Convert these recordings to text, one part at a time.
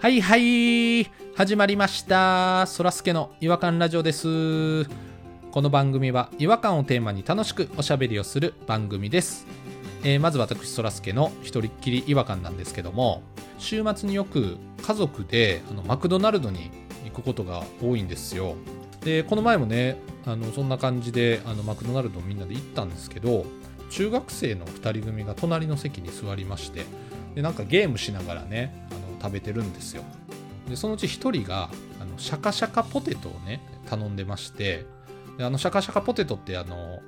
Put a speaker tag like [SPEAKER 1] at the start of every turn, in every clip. [SPEAKER 1] はいはい始まりましたそらすけの違和感ラジオですこの番組は違和感をテーマに楽しくおしゃべりをする番組です、えーまず私そらすけの一人っきり違和感なんですけども週末によく家族であのマクドナルドに行くことが多いんですよでこの前もねあのそんな感じであのマクドナルドをみんなで行ったんですけど中学生の2人組が隣の席に座りましてでなんかゲームしながらねあの食べてるんですよでそのうち1人があのシャカシャカポテトをね頼んでましてであのシャカシャカポテトってあの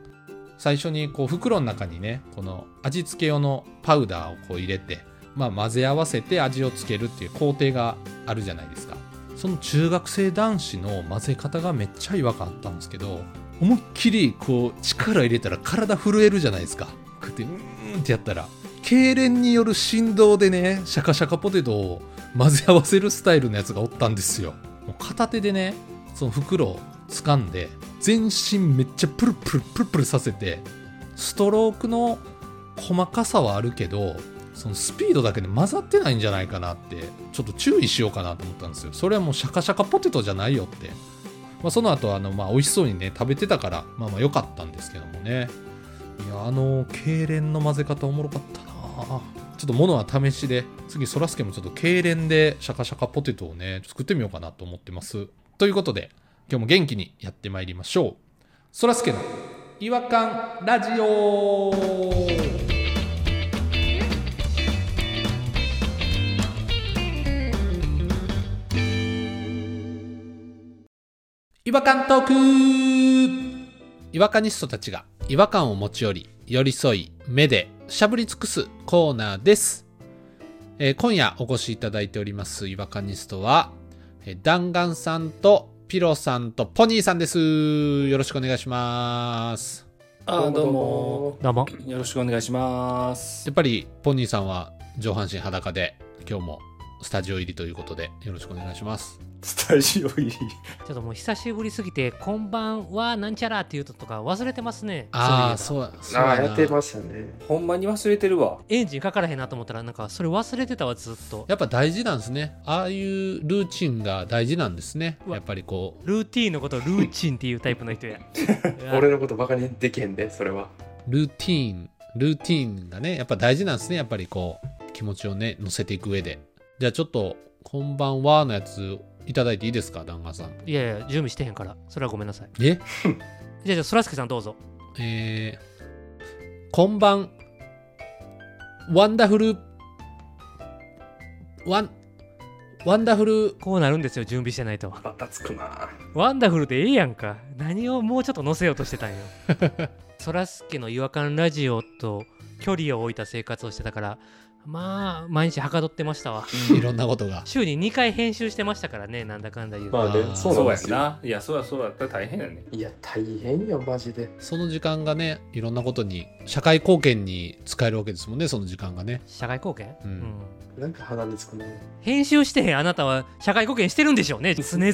[SPEAKER 1] 最初にこう袋の中にねこの味付け用のパウダーをこう入れて、まあ、混ぜ合わせて味をつけるっていう工程があるじゃないですかその中学生男子の混ぜ方がめっちゃ違和感あったんですけど思いっきりこう力入れたら体震えるじゃないですかこうやってうーんってやったら痙攣による振動でねシャカシャカポテトを混ぜ合わせるスタイルのやつがおったんですよもう片手でねその袋を掴んで全身めっちゃプルプルプルプルさせてストロークの細かさはあるけどそのスピードだけで混ざってないんじゃないかなってちょっと注意しようかなと思ったんですよそれはもうシャカシャカポテトじゃないよって、まあ、その後あのまあ美味しそうにね食べてたからまあまあ良かったんですけどもねいやあの痙攣の混ぜ方おもろかったなあちょっと物は試しで次そらすけもちょっと痙攣でシャカシャカポテトをね作ってみようかなと思ってますということで今日も元気にやってまいりましょうそらすけの違和感ラジオ違和感トーク違和感ニストたちが違和感を持ち寄り寄り添い目でしゃぶり尽くすコーナーです、えー今夜お越しいただいております違和感ニストは、えー弾丸さんとピロさんとポニーさんですよろしくお願いします
[SPEAKER 2] あどうも
[SPEAKER 3] どうも。
[SPEAKER 2] よろしくお願いします
[SPEAKER 1] やっぱりポニーさんは上半身裸で今日もスタジオ入りということでよろしくお願いします
[SPEAKER 2] スタジオ入り
[SPEAKER 3] ちょっともう久しぶりすぎて、こんばんは、なんちゃらっていうととか忘れてますね。
[SPEAKER 1] ああ
[SPEAKER 3] ういえば。
[SPEAKER 1] そうそう
[SPEAKER 4] ああ
[SPEAKER 1] な
[SPEAKER 4] やってましたね
[SPEAKER 2] ほんまに忘れてるわ
[SPEAKER 3] エンジンかからへんなと思ったら、なんかそれ忘れてたわ、ずっと。
[SPEAKER 1] やっぱ大事なんですねああいうルーチンが大事なんですね
[SPEAKER 3] うわ
[SPEAKER 1] やっぱりこう
[SPEAKER 3] ルーティーンのことをルーチンっていうタイプの人や。うわ
[SPEAKER 4] 俺のことバカにできへんでそれは
[SPEAKER 1] ルーティーンルーティーンがねやっぱ大事なんですねやっぱりこう気持ちをね乗せていく上でじゃあちょっと「こんばんは」のやついただいていいですか弾丸さん
[SPEAKER 3] いやいや、準備してへんから、それはごめんなさい。
[SPEAKER 1] え
[SPEAKER 3] じゃあ、じゃあ、そらすけさんどうぞ。
[SPEAKER 1] えー、こんばんワンダフルワンワンダフル
[SPEAKER 3] こうなるんですよ、準備してないと。
[SPEAKER 4] バタつくな
[SPEAKER 3] ワンダフルでええやんか。何をもうちょっと乗せようとしてた んよ。そらすけの違和感ラジオと距離を置いた生活をしてたから、まあ、毎日はかどってましたわ。
[SPEAKER 1] いろんなこと が
[SPEAKER 3] 週に2回編集してましたからねなんだかんだ言うと、
[SPEAKER 4] まあね
[SPEAKER 1] あー
[SPEAKER 4] そうなん
[SPEAKER 2] そう
[SPEAKER 4] で
[SPEAKER 2] や
[SPEAKER 4] す
[SPEAKER 2] ん
[SPEAKER 4] よ
[SPEAKER 2] ないやそうやそうやったら大変やね
[SPEAKER 4] いや大変よマジで
[SPEAKER 1] その時間がねいろんなことに社会貢献に使えるわけですもんねその時間がね
[SPEAKER 3] 社会貢献、
[SPEAKER 1] うん
[SPEAKER 4] なんか鼻につくな
[SPEAKER 3] 編集してへんあなたは社会貢献してるんでしょうね常々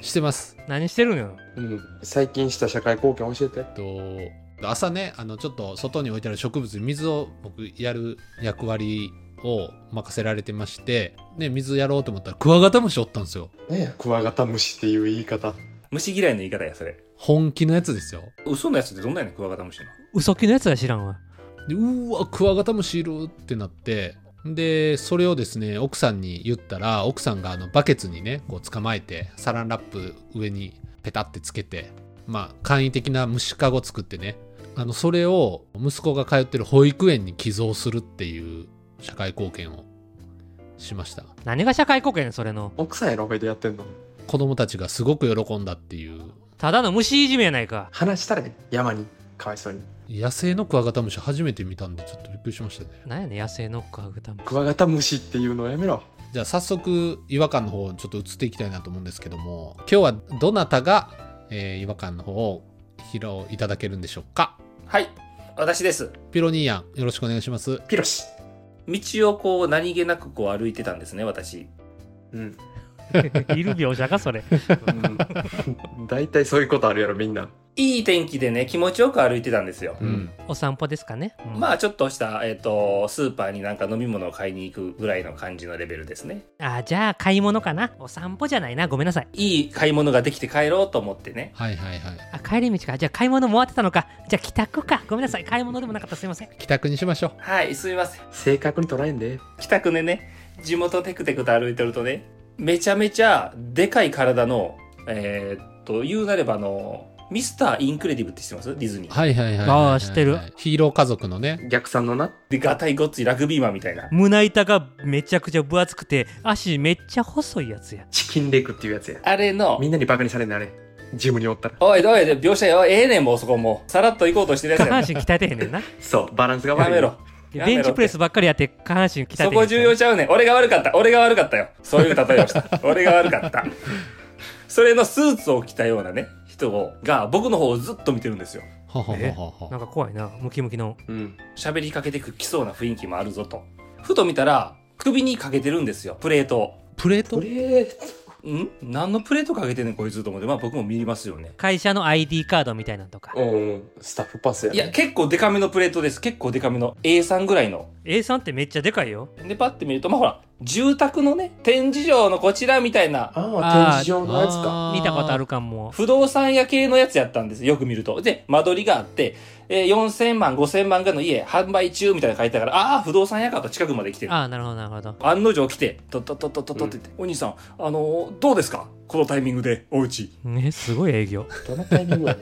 [SPEAKER 1] してます
[SPEAKER 3] 何してるのよ
[SPEAKER 4] うん最近した社会貢献教えて
[SPEAKER 1] えっと朝ねあのちょっと外に置いてある植物に水を僕やる役割を任せられてまして、ね、水やろうと思ったらクワガタムシおったんですよ
[SPEAKER 4] ねえクワガタムシっていう言い方
[SPEAKER 2] 虫嫌いの言い方やそれ
[SPEAKER 1] 本気のやつですよ
[SPEAKER 2] 嘘のやつってどんなんやねんクワガタムシの
[SPEAKER 3] 嘘気のやつは知らんわ
[SPEAKER 1] でうーわクワガタムシいるってなってでそれをですね奥さんに言ったら奥さんがあのバケツにねこう捕まえてサランラップ上にペタってつけてまあ簡易的な虫かご作ってねあのそれを息子が通ってる保育園に寄贈するっていう社会貢献をしました
[SPEAKER 3] 何が社会貢献それの
[SPEAKER 4] 奥さんやろフェでやってんの
[SPEAKER 1] 子供たちがすごく喜んだっていう
[SPEAKER 3] ただの虫いじめやないか
[SPEAKER 4] 話したらね山にかわいそうに
[SPEAKER 1] 野生のクワガタムシ初めて見たんでちょっとびっくりしましたね
[SPEAKER 3] なんやねん野生ノックアウタム
[SPEAKER 4] クワガタムシっていうのやめろ
[SPEAKER 1] じゃあ早速違和感の方ちょっと移っていきたいなと思うんですけども今日はどなたが、えー違和感の方を披露いただけるんでしょうか
[SPEAKER 2] はい私です
[SPEAKER 1] ピロニーヤンよろしくお願いします
[SPEAKER 4] ピロシ
[SPEAKER 2] 道をこう何気なくこう歩いてたんですね私
[SPEAKER 4] うん、
[SPEAKER 3] いる描写かそれ
[SPEAKER 4] うん、大体そういうことあるやろみんな
[SPEAKER 2] いい天気でね、気持ちよく歩いてたんですよ。
[SPEAKER 1] うん
[SPEAKER 3] お散歩ですかね、うん
[SPEAKER 2] まあちょっとした、えっ、と、スーパーになんか飲み物を買いに行くぐらいの感じのレベルですね。
[SPEAKER 3] あじゃあ買い物かなお散歩じゃないなごめんなさい
[SPEAKER 2] いい買い物ができて帰ろうと思ってね。
[SPEAKER 1] はいはいはい
[SPEAKER 3] あ帰り道かじゃあ買い物も終わってたのかじゃあ帰宅かごめんなさい買い物でもなかったすいません
[SPEAKER 1] 帰宅にしましょう
[SPEAKER 2] はい、すみません。
[SPEAKER 4] 正確に捉えんで。
[SPEAKER 2] 帰宅でね、地元テクテクと歩いてるとね、めちゃめちゃでかい体の、えーっと、言うなればあの、ミスターインクレディブって知ってますディズニー。
[SPEAKER 1] はいはいはいはいはい、
[SPEAKER 3] あー知ってる
[SPEAKER 1] ヒーロー家族のね
[SPEAKER 4] 逆算のな。
[SPEAKER 2] で、ガタイゴッツイラグビーマンみたいな。
[SPEAKER 3] 胸板がめちゃくちゃ分厚くて足めっちゃ細いやつや
[SPEAKER 4] チキンレッグっていうやつや。
[SPEAKER 2] あれの
[SPEAKER 4] み、んなにバカにされんねあれ。ジムにおったら。
[SPEAKER 2] おい、おい、描写よ。ええねん、もうそこもう。さらっと行こうとしてるやつ
[SPEAKER 3] 下
[SPEAKER 2] やん
[SPEAKER 3] 半身鍛えてへんねんな
[SPEAKER 4] そう、バランスが悪
[SPEAKER 2] や
[SPEAKER 4] い。
[SPEAKER 2] めろ。。 やめろ
[SPEAKER 3] ベンチプレスばっかりやって下半身鍛えてへ
[SPEAKER 2] そ
[SPEAKER 3] ん
[SPEAKER 2] こ重要ちゃうねん。俺が悪かった。俺が悪かったよ。そういう例えをした。俺が悪かった。それのスーツを着たようなね、人をが僕の方をずっと見てるんですよ。
[SPEAKER 1] ほほほほ
[SPEAKER 3] な
[SPEAKER 1] ほ
[SPEAKER 3] んか怖いなムキムキの
[SPEAKER 4] うん。
[SPEAKER 2] 喋りかけてきそうな雰囲気もあるぞと。ふと見たら、首にかけてるんですよ、プレートを。
[SPEAKER 1] プレー
[SPEAKER 4] こ
[SPEAKER 1] ト
[SPEAKER 4] れ、
[SPEAKER 2] ん何のプレートかけてんねん、こいつと思って。まあ僕も見ますよね。
[SPEAKER 3] 会社の ID カードみたいなのとか
[SPEAKER 4] うん、スタッフパスや、
[SPEAKER 2] い
[SPEAKER 4] ね。
[SPEAKER 2] や、結構デカめのプレートです。結構デカめの A3 ぐらいの
[SPEAKER 3] A さんってめっちゃでかいよ
[SPEAKER 2] で、パッて見ると、まあほら、住宅のね、展示場のこちらみたいな、
[SPEAKER 4] ああ、
[SPEAKER 3] あー
[SPEAKER 4] 展示場のやつか。
[SPEAKER 1] あー
[SPEAKER 3] 見たことあるかも
[SPEAKER 2] 不動産屋系のやつやったんですよく見ると。で、間取りがあって、えー4000万、5000万がの家、販売中みたいなの書いてあるから、ああ、不動産屋かと近くまで来てる。
[SPEAKER 3] ああなるほどなるほど
[SPEAKER 2] 案の定来て、とっとっとっとっとっとって言って、お兄さん、あのーどうですかこのタイミングで、お家。
[SPEAKER 3] ねすごい営業
[SPEAKER 4] どのタイミングやね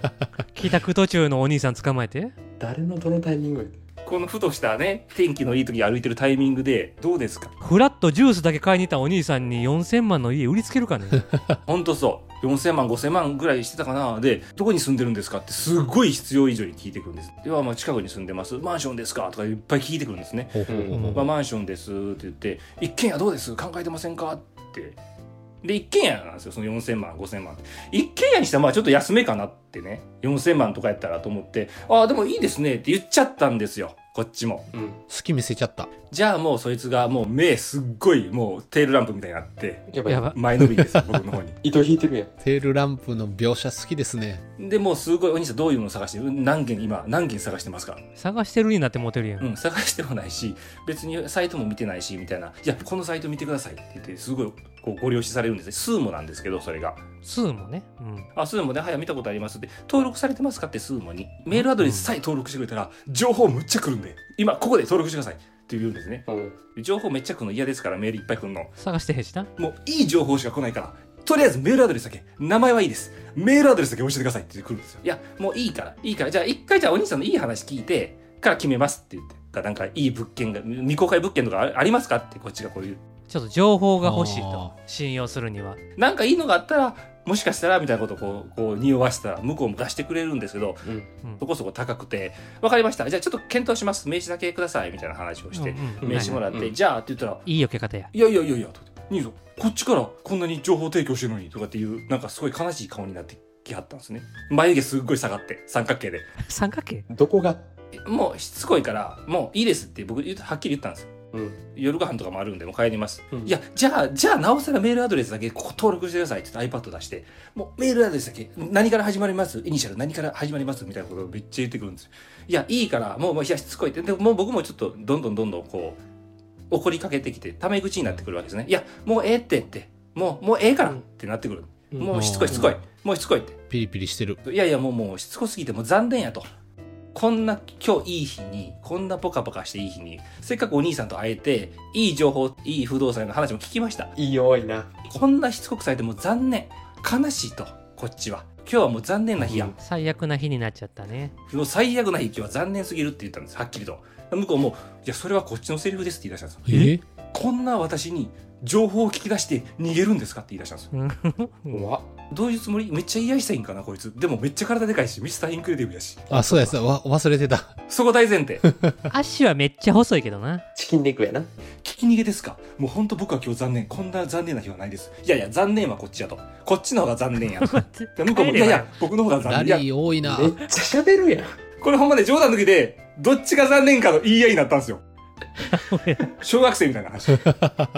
[SPEAKER 3] 帰宅途中のお兄さん捕まえて
[SPEAKER 4] 誰のどのタイミングやね
[SPEAKER 2] このふとしたね、天気のいい時に歩いてるタイミングで、どうですか
[SPEAKER 3] フラッとジュースだけ買いに行ったお兄さんに4000万の家売りつけるかね
[SPEAKER 2] ほんとそう。4000万、5000万ぐらいしてたかなで、どこに住んでるんですかって、すっごい必要以上に聞いてくるんです。では、まあ、近くに住んでます。マンションですかとかいっぱい聞いてくるんですね。
[SPEAKER 1] ほほほほ
[SPEAKER 2] まあ、マンションですって言って「一軒家どうです考えてませんか?」ってで一軒家なんですよその4000万5000万って一軒家にしたらまあちょっと安めかなってね4000万とかやったらと思って「ああでもいいですね」って言っちゃったんですよこっちも
[SPEAKER 4] うん。
[SPEAKER 1] 好き見せちゃった
[SPEAKER 2] じゃあもうそいつがもう目すっごいもうテールランプみたいになって
[SPEAKER 4] やばい。
[SPEAKER 3] やば
[SPEAKER 2] 前のめりですよ僕の方に
[SPEAKER 4] 糸引いてるやん。
[SPEAKER 1] テールランプの描写好きですね
[SPEAKER 2] でもうすごいお兄さんどういうの探してる何軒今何軒探してますか
[SPEAKER 3] 探してるになってモテるやん、
[SPEAKER 2] うん、探してもないし別にサイトも見てないしみたいな「いやこのサイト見てください」って言ってすごいこうご利用しされるんですねスーモなんですけどそれが
[SPEAKER 3] スーもね、うん、
[SPEAKER 2] 「あスーモねはい見たことあります」って「登録されてますか?」ってスーモにメールアドレスさえ登録してくれたら情報むっちゃ来るんで今ここで登録してくださいって言うんですね
[SPEAKER 4] うん。
[SPEAKER 2] 情報めっちゃ来るの嫌ですからメールいっぱい来るの
[SPEAKER 3] 探してへんしな
[SPEAKER 2] もういい情報しか来ないから、とりあえずメールアドレスだけ、名前はいいです。メールアドレスだけ教えてくださいって来るんですよ。いや、もういいから、いいから、じゃあ一回じゃあお兄さんのいい話聞いて、から決めますって言って。だからなんかいい物件が、未公開物件とかあありますかってこっちがこういう。
[SPEAKER 3] ちょっと情報が欲しいと
[SPEAKER 1] あ
[SPEAKER 3] 信用するには
[SPEAKER 2] なんかいいのがあったら、もしかしたらみたいなことをこう、こう匂わしたら、向こうも出してくれるんですけど、
[SPEAKER 4] うん。
[SPEAKER 2] そこそこ高くて、わかりました。じゃあちょっと検討します。名刺だけください。みたいな話をして、
[SPEAKER 3] うんうん
[SPEAKER 2] 名刺もらって、
[SPEAKER 4] うん
[SPEAKER 2] じゃあって言ったら、
[SPEAKER 3] いいよけ方や
[SPEAKER 2] いやいやいやいや、とか言って兄さん、こっちからこんなに情報提供してるのに、とかっていう、なんかすごい悲しい顔になってきはったんですね。眉毛すっごい下がって、三角形で。
[SPEAKER 3] 三角形
[SPEAKER 4] どこが
[SPEAKER 2] もうしつこいから、もういいですって僕言うとはっきり言ったんですよ。
[SPEAKER 4] うん。
[SPEAKER 2] 夜ご飯とかもあるんで、もう帰ります。
[SPEAKER 4] うん
[SPEAKER 2] いや、じゃあ、じゃあ、なおさらメールアドレスだけ、ここ登録してくださいって言って iPad 出して、もうメールアドレスだけ、何から始まりますイニシャル何から始まりますみたいなことをめっちゃ言ってくるんですよ。いや、いいから、もう、もう、いや、しつこいって。でも、もう僕もちょっと、どんどんどんどん、こう、怒りかけてきて、タメ口になってくるわけですね。いや、もうええってって、もう、もうええからってなってくる。
[SPEAKER 4] うん
[SPEAKER 2] もうしつこいしつこい、もうしつこいって。
[SPEAKER 1] ピリピリしてる
[SPEAKER 2] いやいやもうもうしつこすぎてもう残念やと。こんな今日いい日に、こんなポカポカしていい日に、せっかくお兄さんと会えて、いい情報、いい不動産の話も聞きました。
[SPEAKER 4] いいよ、多いな。
[SPEAKER 2] こんなしつこくされてもう残念。悲しいと、こっちは。今日はもう残念な日や。
[SPEAKER 4] うん
[SPEAKER 3] 最悪な日になっちゃっ たね
[SPEAKER 2] もう最悪な日、今日は残念すぎるって言ったんです、はっきりと。向こうも、いや、それはこっちのセリフですって言い出したんですよ。
[SPEAKER 1] え
[SPEAKER 2] こんな私に情報を聞き出して逃げるんですかって言い出したんですよ。
[SPEAKER 3] うん
[SPEAKER 4] 怖っ。
[SPEAKER 2] どういうつもりめっちゃ言い合いしたいんかな、こいつ。でもめっちゃ体でかいし、ミスターインクレディブやし。
[SPEAKER 1] あそうやそうやわ忘れてた
[SPEAKER 2] そこ大前提。
[SPEAKER 3] 足はめっちゃ細いけどな
[SPEAKER 4] チキンレッグやな。
[SPEAKER 2] 聞き逃げですかもうほんと僕は今日残念。こんな残念な日はないです。いやいや、残念はこっちやと。こっちの方が残念やと。 向こうも、
[SPEAKER 3] 帰
[SPEAKER 2] い
[SPEAKER 3] れば
[SPEAKER 2] やいや、僕の方が
[SPEAKER 1] ラ
[SPEAKER 2] 残
[SPEAKER 1] リ
[SPEAKER 2] 念。いや、
[SPEAKER 1] ー多いな
[SPEAKER 4] めっちゃ喋るやん。
[SPEAKER 2] これほんまで冗談抜きで、どっちが残念かの言い合いになったんですよ。小学生みたいな話。い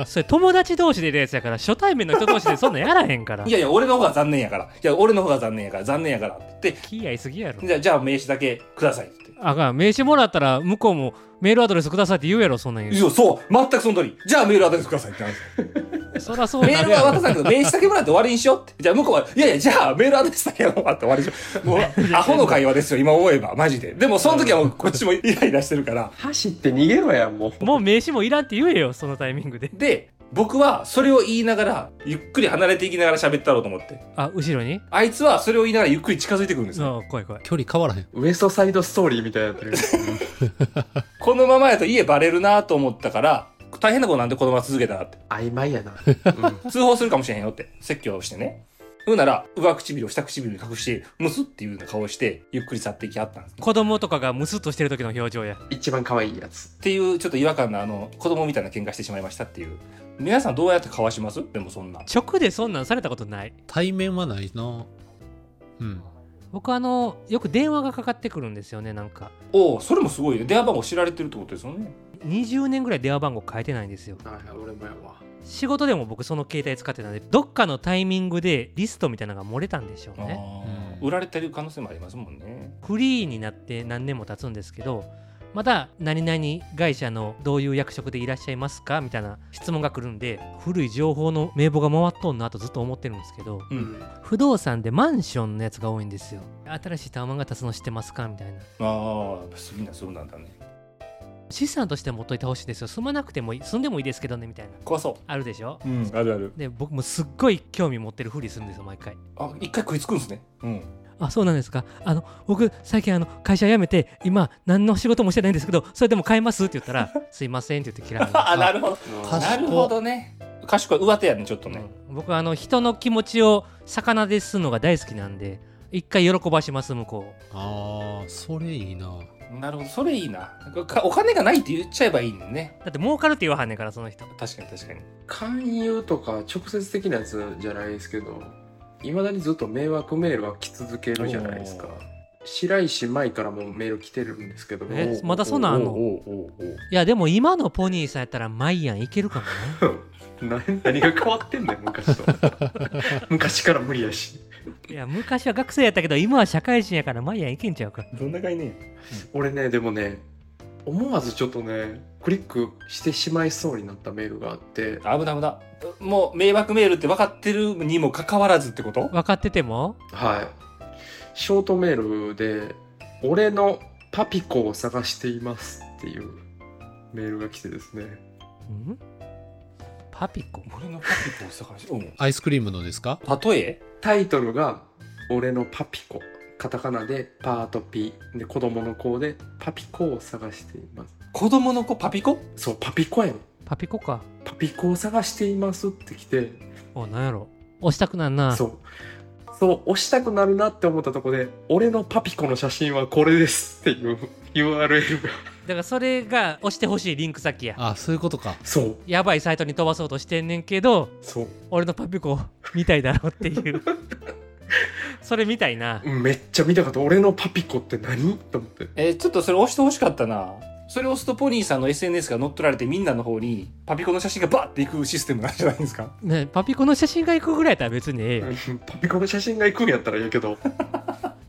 [SPEAKER 3] それ友達同士でいるやつやから初対面の人同士でそんなんやらへんから
[SPEAKER 2] やいや、俺の方が残念やから。いや、俺の方が残念やから、残念やからって
[SPEAKER 3] 気合いすぎやろ
[SPEAKER 2] 言って、じゃあ、じゃあ名刺だけくださいって言って。
[SPEAKER 3] あかん名刺もらったら向こうもメールアドレスくださいって言うやろそんなん
[SPEAKER 2] い
[SPEAKER 3] 言
[SPEAKER 2] や、そう、全くその通り。じゃあメールアドレスくださいって話。
[SPEAKER 3] うそらそう
[SPEAKER 2] メ
[SPEAKER 3] な
[SPEAKER 2] ー
[SPEAKER 3] る
[SPEAKER 2] ル
[SPEAKER 3] や
[SPEAKER 2] は
[SPEAKER 3] ろ
[SPEAKER 2] 渡さんけど、名刺だけもらって終わりにしようって。じゃあ向こうは、いやいや、じゃあメールアドレスだけもらって終わりにしよう。もう、アホの会話ですよ、今思えば、マジで。でも、その時はもう、こっちもイライラしてるから。
[SPEAKER 4] 走って逃げろやもう
[SPEAKER 3] もう名刺もいらんって言えよそのタイミングで
[SPEAKER 2] で、僕はそれを言いながら、ゆっくり離れていきながら喋ったろうと思って。
[SPEAKER 3] あ後ろに
[SPEAKER 2] あいつはそれを言いながらゆっくり近づいてくるんですよ。
[SPEAKER 3] そう怖い怖い
[SPEAKER 1] 距離変わらへん
[SPEAKER 4] ウエストサイドストーリーみたいにな ってる
[SPEAKER 2] このままやと家バレるなと思ったから、大変なことなんでこのまま続けたらって。
[SPEAKER 4] 曖昧やな、うん
[SPEAKER 2] 通報するかもしれへんよって、説教をしてね。ほんなら、上唇を下唇に隠して、むすっていうような顔をして、ゆっくり去っていきはったんです。
[SPEAKER 3] 子供とかがムスッとしてる時の表情や
[SPEAKER 4] 一番可愛いやつ
[SPEAKER 2] っていうちょっと違和感のあの子供みたいな喧嘩してしまいましたっていう皆さんどうやって交わしますでもそんな
[SPEAKER 3] 直でそんなんされたことない
[SPEAKER 1] 対面はないなうん
[SPEAKER 3] 僕あのよく電話がかかってくるんですよねなんか
[SPEAKER 2] おおそれもすごいね電話番号知られてるってことですよね
[SPEAKER 3] 20年ぐらい電話番号変えてないんですよ
[SPEAKER 4] あ俺もやわ
[SPEAKER 3] 仕事でも僕その携帯使ってたんでどっかのタイミングでリストみたいなのが漏れたんでしょうね
[SPEAKER 2] あー
[SPEAKER 1] うん
[SPEAKER 2] 売られてる可能性もありますもんね
[SPEAKER 3] フリーになって何年も経つんですけどまた何々会社のどういう役職でいらっしゃいますかみたいな質問が来るんで古い情報の名簿が回っとんなとずっと思ってるんですけど
[SPEAKER 2] う
[SPEAKER 4] うんん
[SPEAKER 3] 不動産でマンションのやつが多いんですよ新しいタワマンが建つの知ってますかみたい
[SPEAKER 2] あ
[SPEAKER 3] な
[SPEAKER 2] あみんなそうなんだね
[SPEAKER 3] 資産として持っといてほしいんですよ住まなくてもいい住んでもいいですけどねみたいな
[SPEAKER 2] 怖そ
[SPEAKER 3] あるでしょ
[SPEAKER 2] ううんあるある
[SPEAKER 3] で僕もすっごい興味持ってるふりするんですよ毎回
[SPEAKER 2] あ一回食いつくんですねうん
[SPEAKER 3] あそうなんですかあの僕最近あの会社辞めて今何の仕事もしてないんですけどそれでも買えますって言った ら「すいません」って言って嫌 いな
[SPEAKER 2] あなるほど
[SPEAKER 1] 賢い
[SPEAKER 2] なるほどね賢い上手やねちょっとね、
[SPEAKER 3] うん僕はあの人の気持ちを魚ですのが大好きなんで一回喜ばします向こう
[SPEAKER 1] あーそれいいな
[SPEAKER 2] なるほどそれいいなかお金がないって言っちゃえばいいんだね
[SPEAKER 3] だって儲かるって言わはんねんからその人
[SPEAKER 2] 確かに確かに
[SPEAKER 4] 勧誘とか直接的なやつじゃないですけどいまだにずっと迷惑メールは来続けるじゃないですか白石舞からもメール来てるんですけど
[SPEAKER 3] えまだそんなんあんの
[SPEAKER 2] おーおーおーおー
[SPEAKER 3] いやでも今のポニーさんやったらマイアンいけるかもね
[SPEAKER 4] な 何が変わってんだよ昔と昔から無理やし
[SPEAKER 3] いや昔は学生やったけど今は社会人やからマイアンいけんちゃうか
[SPEAKER 2] どんな概念
[SPEAKER 4] 俺ねでもね思わずちょっとねクリックしてしまいそうになったメールがあって
[SPEAKER 2] 危ない危ないもう迷惑メールって分かってるにもかかわらずってこと
[SPEAKER 3] 分かってても
[SPEAKER 4] はいショートメールで「俺のパピコを探しています」っていうメールが来てですね
[SPEAKER 3] んパピコ
[SPEAKER 2] 俺のパピコを探し、うん、
[SPEAKER 1] アイスクリームのですか
[SPEAKER 2] 例え
[SPEAKER 4] タイトルが「俺のパピコ」カタカナで「パートピー」で子供の子で「パピコを探しています
[SPEAKER 2] 子供の子パピコ」
[SPEAKER 4] そうパピコやん
[SPEAKER 3] パピコか
[SPEAKER 4] パピコを探していますって来て
[SPEAKER 3] おなんやろ押したくなんな
[SPEAKER 4] そう。そう、押したくなるなって思ったとこで、俺のパピコの写真はこれですっていう URL が。
[SPEAKER 3] だからそれが押してほしいリンク先や
[SPEAKER 1] あそういうことか
[SPEAKER 4] そう、
[SPEAKER 3] やばいサイトに飛ばそうとしてんねんけど
[SPEAKER 4] そう。
[SPEAKER 3] 俺のパピコ見たいだろっていう それ見たいな
[SPEAKER 4] うんめっちゃ見たかった。俺のパピコって何と思って。
[SPEAKER 2] えーちょっとそれ押してほしかったなそれを押すとポニーさんの SNS が乗っ取られてみんなの方にパピコの写真がバッていくシステムなんじゃないですか
[SPEAKER 3] ねパピコの写真が行くぐらいだったら別にええよ
[SPEAKER 4] うんパピコの写真が行くんやったらいいけど、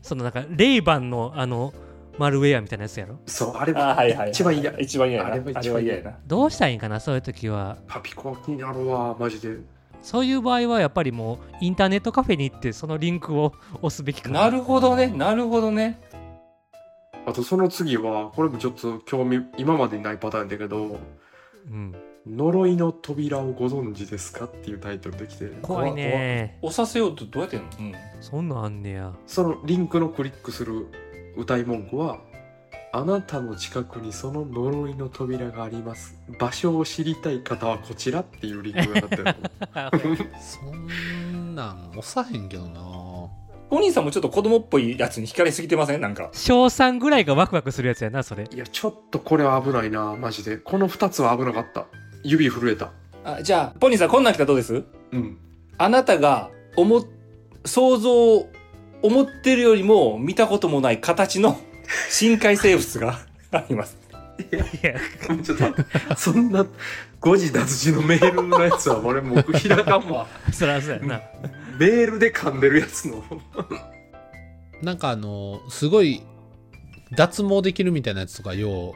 [SPEAKER 3] そのなんかレイバンのあのマルウェアみたいなやつやろ
[SPEAKER 4] そう、あれ
[SPEAKER 2] あーはいはい
[SPEAKER 4] 一番嫌。
[SPEAKER 2] 一番嫌やな
[SPEAKER 4] あれは一
[SPEAKER 2] あ
[SPEAKER 4] 番嫌
[SPEAKER 2] れは嫌やな
[SPEAKER 3] どうしたらいいんかなそういう時は
[SPEAKER 4] パピコは気になるわ、マジで。
[SPEAKER 3] そういう場合はやっぱりもうインターネットカフェに行ってそのリンクを押すべきか
[SPEAKER 2] なるほどねなるほどね
[SPEAKER 4] あとその次は、これもちょっと興味、今までにないパターンだけど、
[SPEAKER 3] うん、
[SPEAKER 4] 呪いの扉をご存知ですかっていうタイトルできて、
[SPEAKER 3] 怖いね
[SPEAKER 2] 押させようとどうやってんの、うん、
[SPEAKER 3] そんなんあんねや
[SPEAKER 4] そのリンクのクリックする歌い文句は「あなたの近くにその呪いの扉があります場所を知りたい方はこちら」っていうリンクがあってる
[SPEAKER 1] そんなん押さへんけどな
[SPEAKER 2] ポニーさんもちょっと子供っぽいやつに惹かれすぎてませんなんか
[SPEAKER 3] 小3ぐらいがワクワクするやつやなそれ
[SPEAKER 4] いやちょっとこれは危ないなマジでこの2つは危なかった指震えた
[SPEAKER 2] あじゃあポニーさんこんなん来たらどうです
[SPEAKER 4] うん
[SPEAKER 2] あなたが思っ、想像、 思ってるよりも見たこともない形の深海生物があります。
[SPEAKER 3] いや
[SPEAKER 4] ちょっと待ってそんな誤字脱字のメールのやつは俺もう開かんわ
[SPEAKER 3] そらそうやな
[SPEAKER 4] メールで噛んでるやつの
[SPEAKER 1] なんかあのすごい脱毛できるみたいなやつとかよ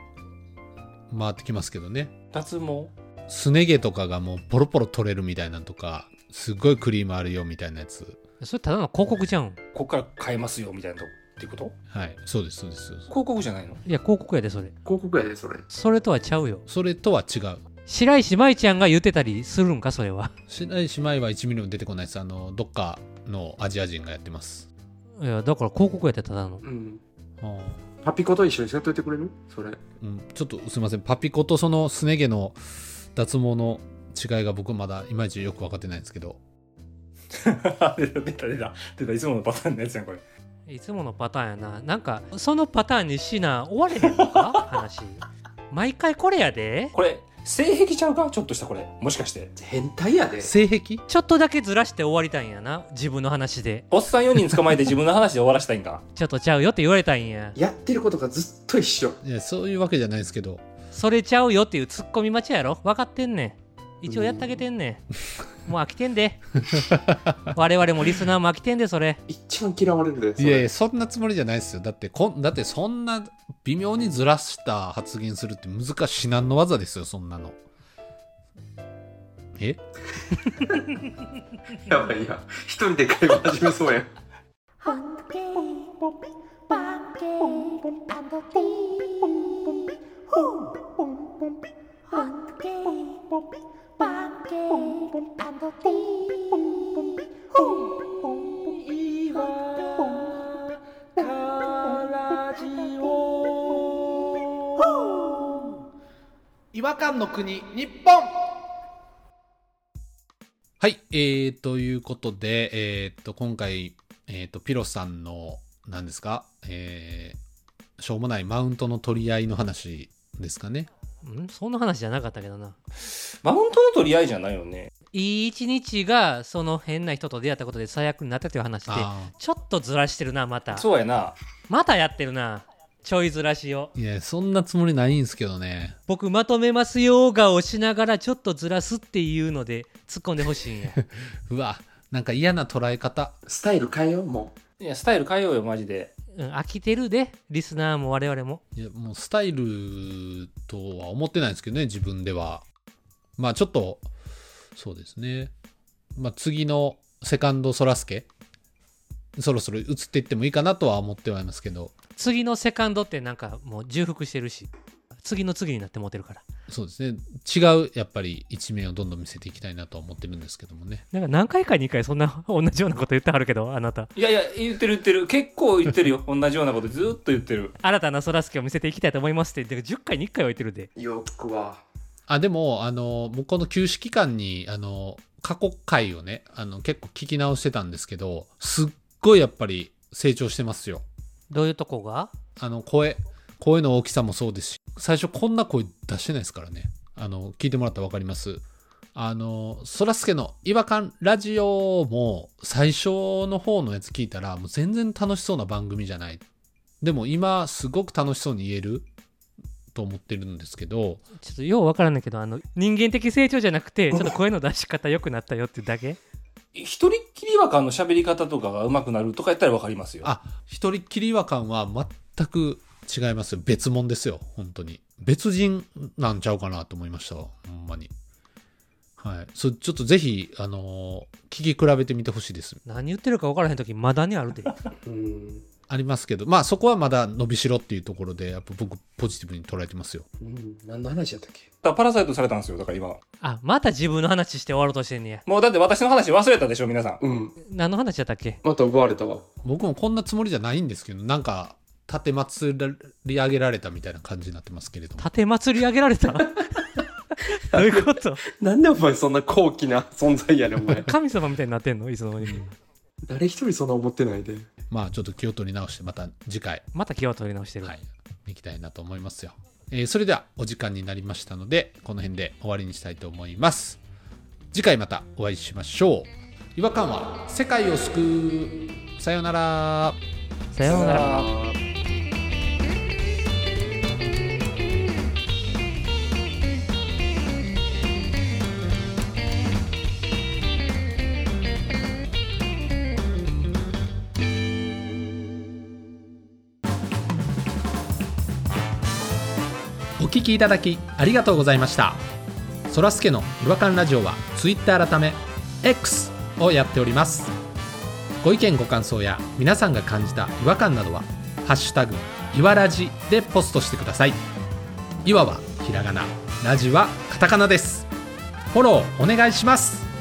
[SPEAKER 1] う回ってきますけどね
[SPEAKER 2] 脱毛
[SPEAKER 1] すね毛とかがもうポロポロ取れるみたいなのとかすっごいクリームあるよみたいなやつ
[SPEAKER 3] それただの広告じゃん
[SPEAKER 2] こっから変えますよみたいなとっていうこと
[SPEAKER 1] はいそうですそうですそうです
[SPEAKER 2] 広告じゃないの
[SPEAKER 3] いや広告やでそれ
[SPEAKER 4] 広告やでそれ
[SPEAKER 3] それとはちゃうよ
[SPEAKER 1] それとは違う
[SPEAKER 3] 白石麻衣ちゃんが言ってたりするんかそれは
[SPEAKER 1] 白石麻衣は1ミリも出てこないですあのどっかのアジア人がやってます
[SPEAKER 3] いやだから広告やでただの
[SPEAKER 4] うん
[SPEAKER 1] ああ
[SPEAKER 4] パピコと一緒にせっといてくれるそれ
[SPEAKER 1] うん、ちょっとすいませんパピコとそのすね毛の脱毛の違いが僕まだいまいちよく分かってないんですけど
[SPEAKER 2] 出た出た出た出たいつものパターンのやつやんこれ
[SPEAKER 3] いつものパターンやななんかそのパターンにしな終われへんのか 話毎回これやで
[SPEAKER 2] これ性癖ちゃうかちょっとしたこれもしかして
[SPEAKER 4] 変態やで
[SPEAKER 1] 性癖
[SPEAKER 3] ちょっとだけずらして終わりたいんやな自分の話で
[SPEAKER 2] おっさん4人捕まえて自分の話で終わらしたいん か
[SPEAKER 3] ちょっとちゃうよって言われたいんや
[SPEAKER 4] やってることがずっと一緒
[SPEAKER 1] いやそういうわけじゃないですけど
[SPEAKER 3] それちゃうよっていうツッコミ待ちやろ分かってんねん一応やってあげてんねんもう飽きてん で我々もリスナーも飽きてんでそれ
[SPEAKER 4] 一番嫌われるでそ
[SPEAKER 1] い
[SPEAKER 4] れ
[SPEAKER 1] やいやそんなつもりじゃないですよだってこんだってそんな微妙にずらした発言するって難しい難の技ですよそんなのえ
[SPEAKER 4] やばいや一人で会話始めそうや
[SPEAKER 5] Hunky,
[SPEAKER 1] 違和感の国日本はいえー、ということでえー、と今回、えー、とピロさんの何ですかえー、しょうもないマウントの取り合いの話ですかね
[SPEAKER 3] んそんな話じゃなかったけどな
[SPEAKER 2] マウントの取り合いじゃないよね
[SPEAKER 3] いい一日がその変な人と出会ったことで最悪になったという話で
[SPEAKER 1] あ
[SPEAKER 3] ちょっとずらしてるなまた
[SPEAKER 2] そうやな
[SPEAKER 3] またやってるなちょいずらしよ
[SPEAKER 1] ーいやそんなつもりないんですけどね
[SPEAKER 3] 僕まとめますよがをしながらちょっとずらすっていうので突っ込んでほしいん や
[SPEAKER 1] うわなんか嫌な捉え方
[SPEAKER 4] スタイル変えようも
[SPEAKER 2] いやスタイル変えようよマジで
[SPEAKER 3] うん飽きてるでリスナーも我々も
[SPEAKER 1] いやもうスタイルとは思ってないんですけどね自分ではまあちょっとそうですねまあ次のセカンドそらすけそろそろ移っていってもいいかなとは思ってはいますけど
[SPEAKER 3] 次のセカンドってなんかもう重複してるし次の次になってモテるから
[SPEAKER 1] そうですね違うやっぱり一面をどんどん見せていきたいなとは思ってるんですけどもね
[SPEAKER 3] なんか何回かに1回そんな同じようなこと言ってはるけどあなた
[SPEAKER 2] いやいや言ってる言ってる結構言って るよ同じようなことずっと言ってる
[SPEAKER 3] 新たなそらすけを見せていきたいと思いますって言って10回に1回は言ってるで
[SPEAKER 4] うよくは
[SPEAKER 1] あでもあのもうこの休止期間にあの過去回をねあの結構聞き直してたんですけどすっごいやっぱり成長してますよ
[SPEAKER 3] どういうとこが
[SPEAKER 1] あの声声の大きさもそうですし最初こんな声出してないですからねあの聞いてもらったら分かりますあのそらすけの「違和感ラジオ」も最初の方のやつ聞いたらもう全然楽しそうな番組じゃないでも今すごく楽しそうに言えると思ってるんですけど
[SPEAKER 3] ちょっとようわからないけどあの人間的成長じゃなくてちょっと声の出し方良くなったよってだけ
[SPEAKER 2] 一人っきり違和感の喋り方とかが上手くなるとかやったら分かりますよ
[SPEAKER 1] あ一人っきり違和感は全く違いますよ別物ですよ本当に別人なんちゃうかなと思いましたわほんまにはいそちょっとぜひあのー聞き比べてみてほしいです
[SPEAKER 3] 何言ってるか分からへん時まだにあるで
[SPEAKER 4] うん
[SPEAKER 1] ありますけどまあそこはまだ伸びしろっていうところでやっぱ僕ポジティブに捉えてますよ
[SPEAKER 4] うん何の話やったっけ
[SPEAKER 2] だからパラサイトされたんですよだから今
[SPEAKER 3] あまた自分の話して終わろうとしてんねや
[SPEAKER 2] もうだって私の話忘れたでしょ皆さん
[SPEAKER 4] うん
[SPEAKER 3] 何の話だったっけ
[SPEAKER 4] また奪われたわ
[SPEAKER 1] 僕もこんなつもりじゃないんですけどなんか立てまつり上げられたみたいな感じになってますけれども
[SPEAKER 3] 盾祭り上げられ たどういうこと
[SPEAKER 4] なんでお前そんな高貴な存在やねんお前
[SPEAKER 3] 神様みたいになってんのいつの間に
[SPEAKER 4] 誰一人そんな思ってないで
[SPEAKER 1] まあちょっと気を取り直してまた次回
[SPEAKER 3] また気を取り直してる、
[SPEAKER 1] はい、行きたいなと思いますよ、えーそれではお時間になりましたのでこの辺で終わりにしたいと思います次回またお会いしましょう違和感は世界を救うさようなら
[SPEAKER 3] さようなら
[SPEAKER 4] あー
[SPEAKER 1] 聞きいただきありがとうございましたそらすけの違和感ラジオは Twitter 改め X をやっておりますご意見ご感想や皆さんが感じた違和感などは「ハッシュタグいわらじ」でポストしてくださいいわはひらがなラジはカタカナですフォローお願いします